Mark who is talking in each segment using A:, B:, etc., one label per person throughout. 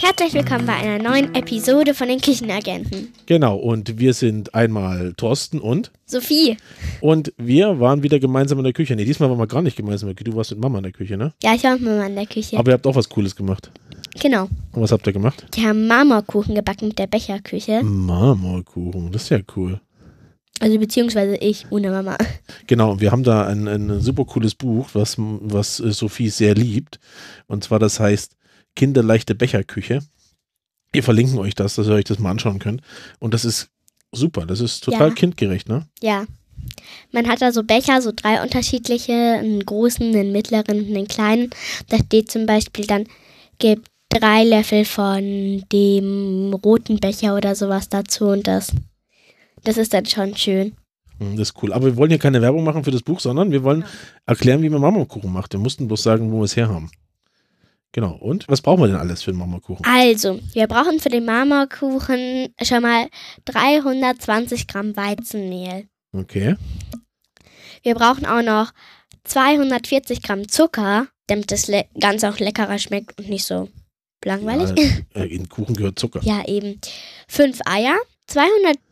A: Herzlich willkommen bei einer neuen Episode von den Küchenagenten.
B: Genau, und wir sind einmal Thorsten und
A: Sophie.
B: und wir waren wieder gemeinsam in der Küche. Nee, diesmal waren wir gar nicht gemeinsam in der Küche. Du warst mit Mama in der Küche, ne?
A: Ja, ich war mit Mama in der Küche.
B: Aber ihr habt auch was Cooles gemacht.
A: genau.
B: Und was habt ihr gemacht?
A: Die haben Marmorkuchen gebacken mit der Becherküche.
B: Hm. Marmorkuchen, das ist ja cool.
A: Also beziehungsweise ich ohne Mama.
B: Genau, und wir haben da ein, ein super cooles Buch, was, was äh, Sophie sehr liebt. Und zwar das heißt Kinderleichte Becherküche. Wir verlinken euch das, dass ihr euch das mal anschauen könnt. Und das ist super, das ist total
A: Ja.
B: kindgerecht, ne?
A: Ja. Man hat da so Becher, so drei unterschiedliche, einen großen, einen mittleren und einen kleinen. Da steht zum Beispiel dann, gibt drei Löffel von dem roten Becher oder sowas dazu und das. Das ist dann schon schön.
B: Hm, Das ist cool. Aber wir wollen hier keine Werbung machen für das Buch, sondern wir wollen erklären, wie man Marmorkuchen macht. Wir mussten bloß sagen, wo wir es herhaben. Genau. Und was brauchen wir denn alles für einen Marmorkuchen?
A: Also, wir brauchen für den Marmorkuchen schon mal 320 Gramm Weizenmehl.
B: Okay.
A: Wir brauchen auch noch 240 Gramm Zucker, damit das Le Ganze auch leckerer schmeckt und nicht so langweilig.
B: Ja, äh, in Kuchen gehört Zucker.
A: Ja, eben. Fünf Eier,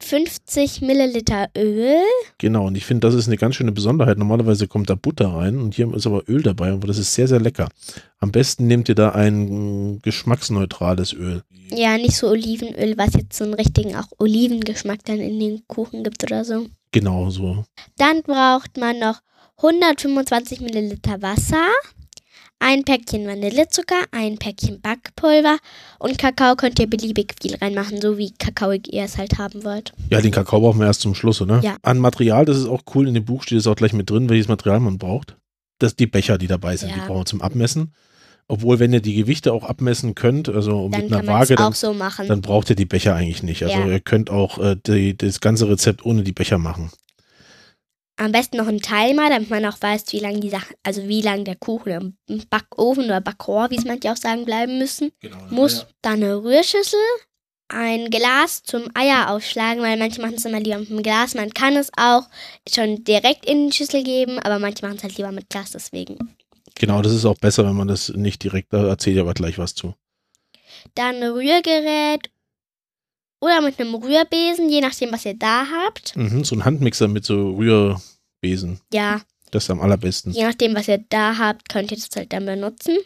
A: 250 Milliliter Öl.
B: Genau. Und ich finde, das ist eine ganz schöne Besonderheit. Normalerweise kommt da Butter rein und hier ist aber Öl dabei. Und das ist sehr, sehr lecker. Am besten nehmt ihr da ein mm, geschmacksneutrales Öl.
A: Ja, nicht so Olivenöl, was jetzt so einen richtigen auch Olivengeschmack dann in den Kuchen gibt oder so.
B: Genau so.
A: Dann braucht man noch 125 Milliliter Wasser, ein Päckchen Vanillezucker, ein Päckchen Backpulver und Kakao könnt ihr beliebig viel reinmachen, so wie kakaoig ihr es halt haben wollt.
B: Ja, den Kakao brauchen wir erst zum Schluss, oder?
A: Ja.
B: An Material, das ist auch cool. In dem Buch steht es auch gleich mit drin, welches Material man braucht. Das die Becher, die dabei sind,
A: Ja.
B: die brauchen wir zum Abmessen. Obwohl, wenn ihr die Gewichte auch abmessen könnt, also
A: Dann
B: mit
A: kann
B: einer
A: man es
B: Waage, dann,
A: auch so machen.
B: dann braucht ihr die Becher eigentlich nicht. Also
A: Ja.
B: ihr könnt auch äh, die, das ganze Rezept ohne die Becher machen.
A: Am besten noch einen Timer, damit man auch weiß, wie lange die Sachen, also wie lange der Kuchen im im Backofen oder Backrohr, wie es manche auch sagen, bleiben müssen. Muss dann eine Rührschüssel, ein Glas zum Eier aufschlagen, weil manche machen es immer lieber mit dem Glas. Man kann es auch schon direkt in die Schüssel geben, aber manche machen es halt lieber mit Glas, deswegen.
B: Genau, das ist auch besser, wenn man das nicht direkt, da erzählt ihr aber gleich was zu.
A: Dann ein Rührgerät oder mit einem Rührbesen, je nachdem, was ihr da habt.
B: Mhm, so ein Handmixer mit so Rührbesen,
A: Ja,
B: das ist am allerbesten.
A: Je nachdem, was ihr da habt, könnt ihr das halt dann benutzen.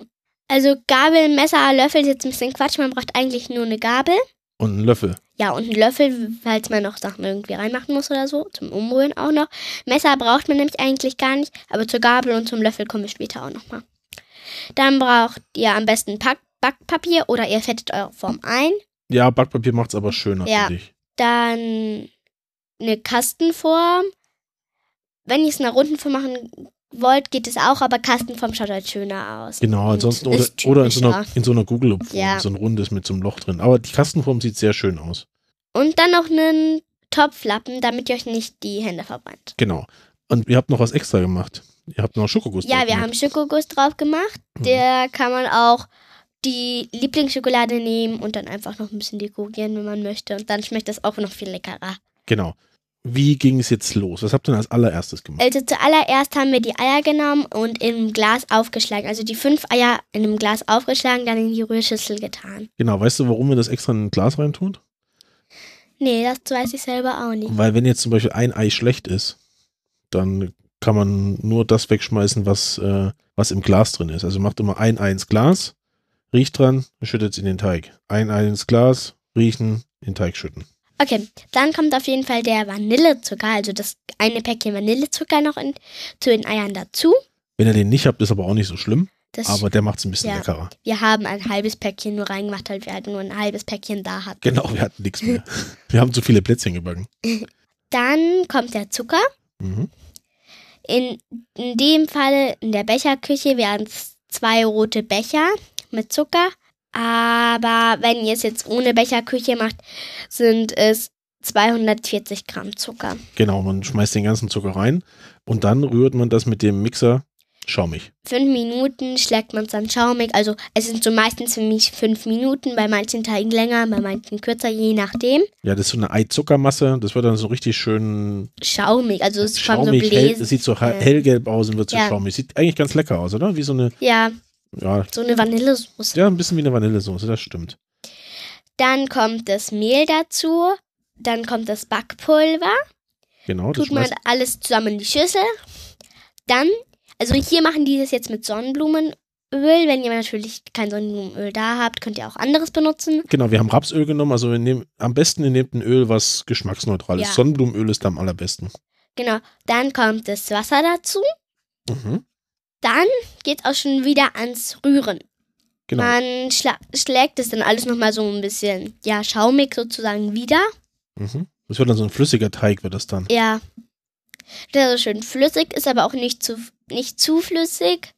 A: Also Gabel, Messer, Löffel ist jetzt ein bisschen Quatsch. Man braucht eigentlich nur eine Gabel.
B: Und einen Löffel.
A: Ja, und einen Löffel, falls man noch Sachen irgendwie reinmachen muss oder so. Zum Umrühren auch noch. Messer braucht man nämlich eigentlich gar nicht. Aber zur Gabel und zum Löffel kommen wir später auch nochmal. Dann braucht ihr am besten Pack Backpapier oder ihr fettet eure Form ein.
B: Ja, Backpapier macht es aber schöner,
A: Ja.
B: finde ich.
A: Dann eine Kastenform. Wenn ihr es in einer runden Form machen wollt, geht es auch, aber Kastenform schaut halt schöner aus.
B: Genau,
A: Und
B: ansonsten oder,
A: ist
B: oder in so einer,
A: typischer.
B: in so einer Google-Form,
A: Ja.
B: so ein rundes mit so einem Loch drin. Aber die Kastenform sieht sehr schön aus.
A: Und dann noch einen Topflappen, damit ihr euch nicht die Hände verbrennt.
B: Genau. Und ihr habt noch was extra gemacht. Ihr habt noch Schokoguss
A: Ja,
B: drauf
A: wir haben
B: gemacht.
A: Schokoguss drauf gemacht.
B: Mhm.
A: Der kann man auch die Lieblingsschokolade nehmen und dann einfach noch ein bisschen dekorieren, wenn man möchte. Und dann schmeckt das auch noch viel leckerer.
B: Genau. Wie ging es jetzt los? Was habt ihr denn als allererstes gemacht?
A: Also zuallererst haben wir die Eier genommen und in einem Glas aufgeschlagen. Also die fünf Eier in einem Glas aufgeschlagen, dann in die Rührschüssel getan.
B: Genau, weißt du, warum wir das extra in ein Glas reintun?
A: Nee, das weiß ich selber auch nicht.
B: Weil wenn jetzt zum Beispiel ein Ei schlecht ist, dann kann man nur das wegschmeißen, was, äh, was im Glas drin ist. Also macht immer ein Ei ins Glas, riecht dran, schüttet es in den Teig. Ein Ei ins Glas, riechen, in den Teig schütten.
A: Okay, dann kommt auf jeden Fall der Vanillezucker, also das eine Päckchen Vanillezucker noch in, zu den Eiern dazu.
B: Wenn ihr den nicht habt, ist aber auch nicht so schlimm,
A: Das
B: aber der macht es ein bisschen
A: ja.
B: leckerer.
A: Wir haben ein halbes Päckchen nur reingemacht, weil wir halt nur ein halbes Päckchen da hatten.
B: Genau, wir hatten nichts mehr. Wir haben zu viele Plätzchen gebacken.
A: Dann kommt der Zucker.
B: Mhm.
A: In, in dem Fall in der Becherküche wären es zwei rote Becher mit Zucker. Aber wenn ihr es jetzt ohne Becherküche macht, sind es 240 Gramm Zucker.
B: Genau, man schmeißt den ganzen Zucker rein und dann rührt man das mit dem Mixer schaumig.
A: Fünf Minuten schlägt man es dann schaumig. Also es sind so meistens für mich fünf Minuten, bei manchen Teigen länger, bei manchen kürzer, je nachdem.
B: Ja, das ist so eine Eizuckermasse, das wird dann so richtig schön
A: Schaumig, also es kommen so
B: schaumig, hell,
A: Bläschen.
B: sieht so hell-
A: Ja.
B: hellgelb aus und wird so
A: Ja.
B: schaumig. Sieht eigentlich ganz lecker aus, oder? Wie so eine,
A: Ja,
B: ja,
A: so eine Vanillesoße.
B: ja, ein bisschen wie eine Vanillesoße, das stimmt.
A: Dann kommt das Mehl dazu. Dann kommt das Backpulver.
B: Genau, das
A: Tut man
B: schmeißt,
A: alles zusammen in die Schüssel. Dann, also hier machen die das jetzt mit Sonnenblumenöl. Wenn ihr natürlich kein Sonnenblumenöl da habt, könnt ihr auch anderes benutzen.
B: genau, wir haben Rapsöl genommen, also wir nehmen, am besten ihr nehmt ein Öl, was geschmacksneutral ist.
A: Ja.
B: Sonnenblumenöl ist am allerbesten.
A: Genau. Dann kommt das Wasser dazu.
B: Mhm.
A: Dann geht auch schon wieder ans Rühren.
B: Genau.
A: Man schla schlägt es dann alles nochmal so ein bisschen, ja, schaumig sozusagen wieder.
B: Mhm. Das wird dann so ein flüssiger Teig, wird das dann.
A: Ja. Der so schön flüssig ist, aber auch nicht zu, nicht zu flüssig.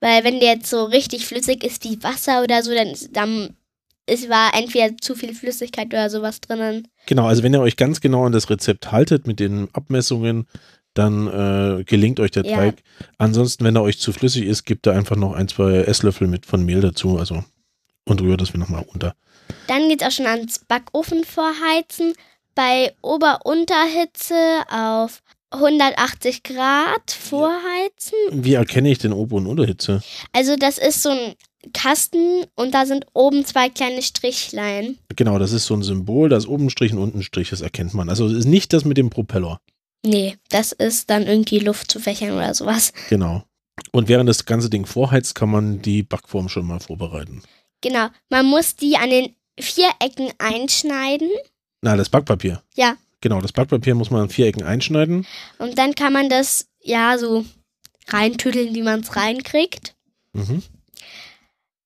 A: Weil wenn der jetzt so richtig flüssig ist wie Wasser oder so, dann, ist- dann es war entweder zu viel Flüssigkeit oder sowas drinnen.
B: Genau, also wenn ihr euch ganz genau an das Rezept haltet mit den Abmessungen, dann äh, gelingt euch der
A: Ja.
B: Teig. Ansonsten, wenn er euch zu flüssig ist, gebt da einfach noch ein, zwei Esslöffel mit von Mehl dazu, also und rührt das nochmal unter.
A: Dann geht's auch schon ans Backofen vorheizen. Bei Ober-Unterhitze auf 180 Grad vorheizen.
B: Wie erkenne ich denn Ober- und Unterhitze?
A: Also das ist so ein Kasten und da sind oben zwei kleine Strichlein.
B: Genau, das ist so ein Symbol, da ist oben ein Strich und unten ein Strich, das erkennt man. Also es ist nicht das mit dem Propeller.
A: Nee, das ist dann irgendwie Luft zu fächern oder sowas.
B: Genau. Und während das ganze Ding vorheizt, kann man die Backform schon mal vorbereiten.
A: Genau, man muss die an den vier Ecken einschneiden
B: Na, das Backpapier.
A: Ja.
B: Genau, das Backpapier muss man in Vierecken einschneiden.
A: und dann kann man das ja so reintüdeln, wie man es reinkriegt.
B: Mhm.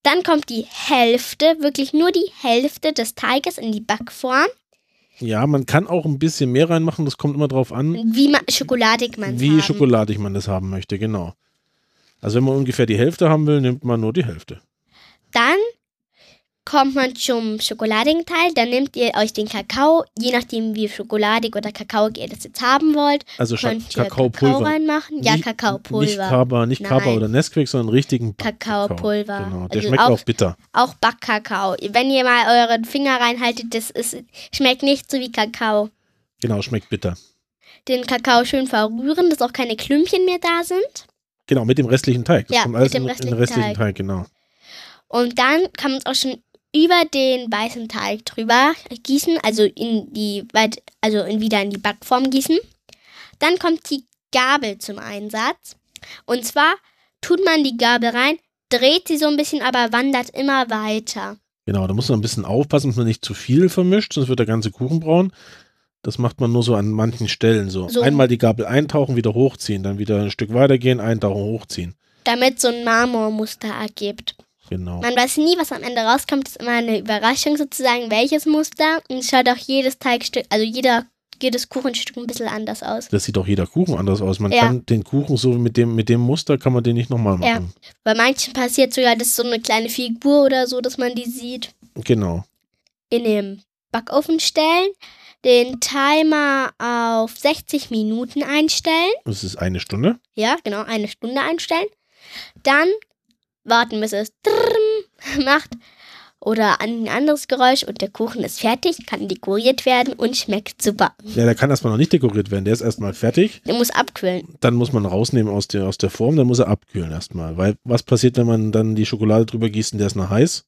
A: Dann kommt die Hälfte, wirklich nur die Hälfte des Teiges in die Backform,
B: Ja, man kann auch ein bisschen mehr reinmachen, das kommt immer drauf an,
A: wie ma schokoladig man es
B: wie schokoladig man das haben möchte, genau. Also wenn man ungefähr die Hälfte haben will, nimmt man nur die Hälfte.
A: Dann kommt man zum Schokoladenteil, dann nehmt ihr euch den Kakao, je nachdem wie schokoladig oder Kakao ihr das jetzt haben wollt,
B: Also Scha-
A: könnt ihr Kakao
B: Kakaopulver.
A: reinmachen. Ja,
B: Nicht- Nicht
A: Kakaopulver.
B: Kaba, nicht Kaba
A: Nein.
B: oder Nesquik, sondern richtigen Back-
A: Kakaopulver.
B: Genau, der
A: Also
B: schmeckt
A: auch-
B: auch bitter.
A: Auch Backkakao. Wenn ihr mal euren Finger reinhaltet, das ist, schmeckt nicht so wie Kakao.
B: Genau, schmeckt bitter.
A: Den Kakao schön verrühren, dass auch keine Klümpchen mehr da sind.
B: Genau, mit dem restlichen Teig. Das
A: Ja,
B: kommt
A: mit
B: alles
A: dem
B: in- in
A: restlichen
B: den restlichen
A: Teig.
B: Teig. genau.
A: Und dann kann man es auch schon über den weißen Teig drüber gießen, also in die weit, also in, wieder in die Backform gießen. Dann kommt die Gabel zum Einsatz. Und zwar tut man die Gabel rein, dreht sie so ein bisschen, aber wandert immer weiter.
B: Genau, da muss man ein bisschen aufpassen, dass man nicht zu viel vermischt, sonst wird der ganze Kuchen braun. Das macht man nur so an manchen Stellen so.
A: So.
B: Einmal die Gabel eintauchen, wieder hochziehen, dann wieder ein Stück weitergehen, eintauchen, hochziehen.
A: Damit so ein Marmormuster ergibt.
B: Genau.
A: Man weiß nie, was am Ende rauskommt. Das ist immer eine Überraschung sozusagen, welches Muster. Und es schaut auch jedes Teigstück, also jeder, jedes Kuchenstück ein bisschen anders aus.
B: Das sieht auch jeder Kuchen anders aus. Man
A: Ja.
B: kann den Kuchen so mit dem, mit dem Muster kann man den nicht nochmal
A: Ja.
B: machen.
A: Bei manchen passiert sogar, dass so eine kleine Figur oder so, dass man die sieht.
B: Genau.
A: In dem Backofen stellen, den Timer auf 60 Minuten einstellen.
B: Das ist eine Stunde.
A: Ja, genau, eine Stunde einstellen. Dann warten, bis es drrrm macht oder ein anderes Geräusch und der Kuchen ist fertig, kann dekoriert werden und schmeckt super.
B: Ja, der kann erstmal noch nicht dekoriert werden. Der ist erstmal fertig.
A: Der muss abkühlen.
B: Dann muss man rausnehmen aus der, aus der Form. Dann muss er abkühlen erstmal. Weil was passiert, wenn man dann die Schokolade drüber gießt und der ist noch heiß?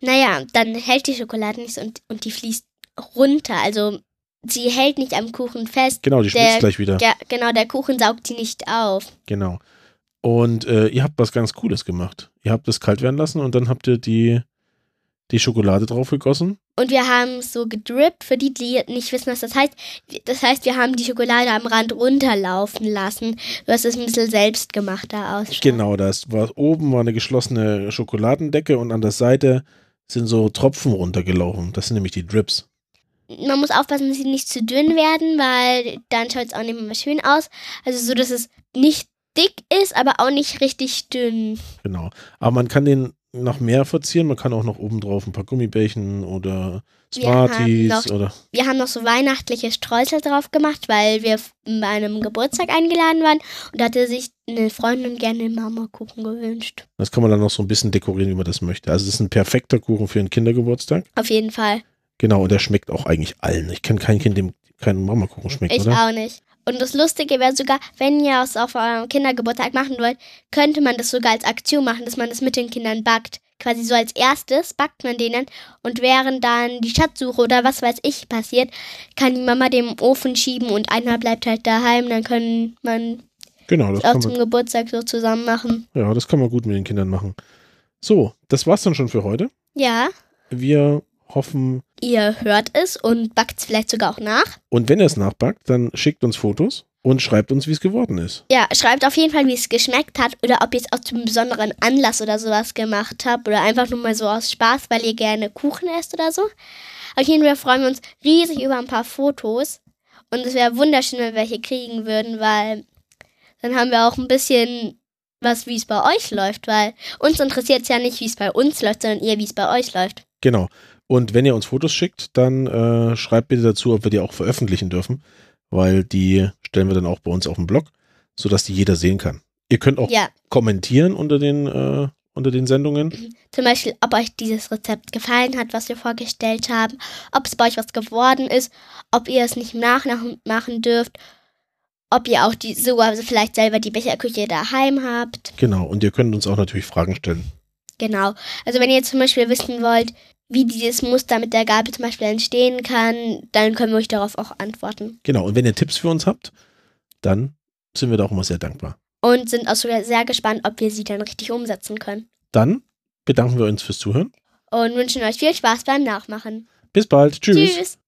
A: Naja, dann hält die Schokolade nicht so und, und die fließt runter. Also sie hält nicht am Kuchen fest.
B: Genau, die
A: Der-
B: schmilzt gleich wieder.
A: Ja, genau, der Kuchen saugt die nicht auf.
B: Genau. Und äh, ihr habt was ganz Cooles gemacht. Ihr habt es kalt werden lassen und dann habt ihr die, die Schokolade drauf gegossen.
A: Und wir haben so gedrippt, für die, die nicht wissen, was das heißt. Das heißt, wir haben die Schokolade am Rand runterlaufen lassen, sodass es ein bisschen selbstgemachter ausschaut.
B: Genau, das war oben war eine geschlossene Schokoladendecke und an der Seite sind so Tropfen runtergelaufen. Das sind nämlich die Drips.
A: Man muss aufpassen, dass sie nicht zu dünn werden, weil dann schaut es auch nicht mehr schön aus. Also so, dass es nicht dick ist, aber auch nicht richtig dünn.
B: Genau. Aber man kann den noch mehr verzieren. Man kann auch noch oben drauf ein paar Gummibärchen oder
A: Wir haben
B: Smarties
A: noch-
B: oder.
A: wir haben noch so weihnachtliche Streusel drauf gemacht, weil wir f- bei einem Geburtstag eingeladen waren und da hatte sich eine Freundin gerne einen Marmorkuchen gewünscht.
B: Das kann man dann noch so ein bisschen dekorieren, wie man das möchte. Also, das ist ein perfekter Kuchen für einen Kindergeburtstag.
A: Auf jeden Fall.
B: Genau, und der schmeckt auch eigentlich allen. Ich kenne kein Kind, dem kein Marmorkuchen schmeckt,
A: Ich
B: oder?
A: auch nicht. Und das Lustige wäre sogar, wenn ihr es auf eurem Kindergeburtstag machen wollt, könnte man das sogar als Aktion machen, dass man das mit den Kindern backt. quasi so als erstes backt man den dann und während dann die Schatzsuche oder was weiß ich passiert, kann die Mama den im Ofen schieben und einer bleibt halt daheim, dann können man
B: Genau, das
A: auch
B: kann
A: zum
B: man,
A: Geburtstag so zusammen machen.
B: ja, das kann man gut mit den Kindern machen. So, das war's dann schon für heute.
A: Ja,
B: Wir hoffen,
A: ihr hört es und backt es vielleicht sogar auch nach.
B: und wenn ihr es nachbackt, dann schickt uns Fotos und schreibt uns, wie es geworden ist.
A: Ja, schreibt auf jeden Fall, wie es geschmeckt hat oder ob ihr es aus einem besonderen Anlass oder sowas gemacht habt oder einfach nur mal so aus Spaß, weil ihr gerne Kuchen esst oder so. Auf jeden Fall freuen wir uns riesig über ein paar Fotos und es wäre wunderschön, wenn wir welche kriegen würden, weil dann haben wir auch ein bisschen was, wie es bei euch läuft, weil uns interessiert es ja nicht, wie es bei uns läuft, sondern eher, wie es bei euch läuft.
B: Genau. Und wenn ihr uns Fotos schickt, dann äh, schreibt bitte dazu, ob wir die auch veröffentlichen dürfen, weil die stellen wir dann auch bei uns auf dem Blog, sodass die jeder sehen kann. Ihr könnt auch
A: Ja,
B: kommentieren unter den, äh, unter den Sendungen.
A: zum Beispiel, ob euch dieses Rezept gefallen hat, was wir vorgestellt haben, ob es bei euch was geworden ist, ob ihr es nicht nachmachen dürft, ob ihr auch die sogar vielleicht selber die Becherküche daheim habt.
B: Genau. Und ihr könnt uns auch natürlich Fragen stellen.
A: Genau. Also wenn ihr zum Beispiel wissen wollt, wie dieses Muster mit der Gabel zum Beispiel entstehen kann, dann können wir euch darauf auch antworten.
B: Genau. Und wenn ihr Tipps für uns habt, dann sind wir da auch immer sehr dankbar.
A: Und sind auch sogar sehr gespannt, ob wir sie dann richtig umsetzen können.
B: Dann bedanken wir uns fürs Zuhören.
A: Und wünschen euch viel Spaß beim Nachmachen.
B: Bis bald. Tschüss.
A: Tschüss.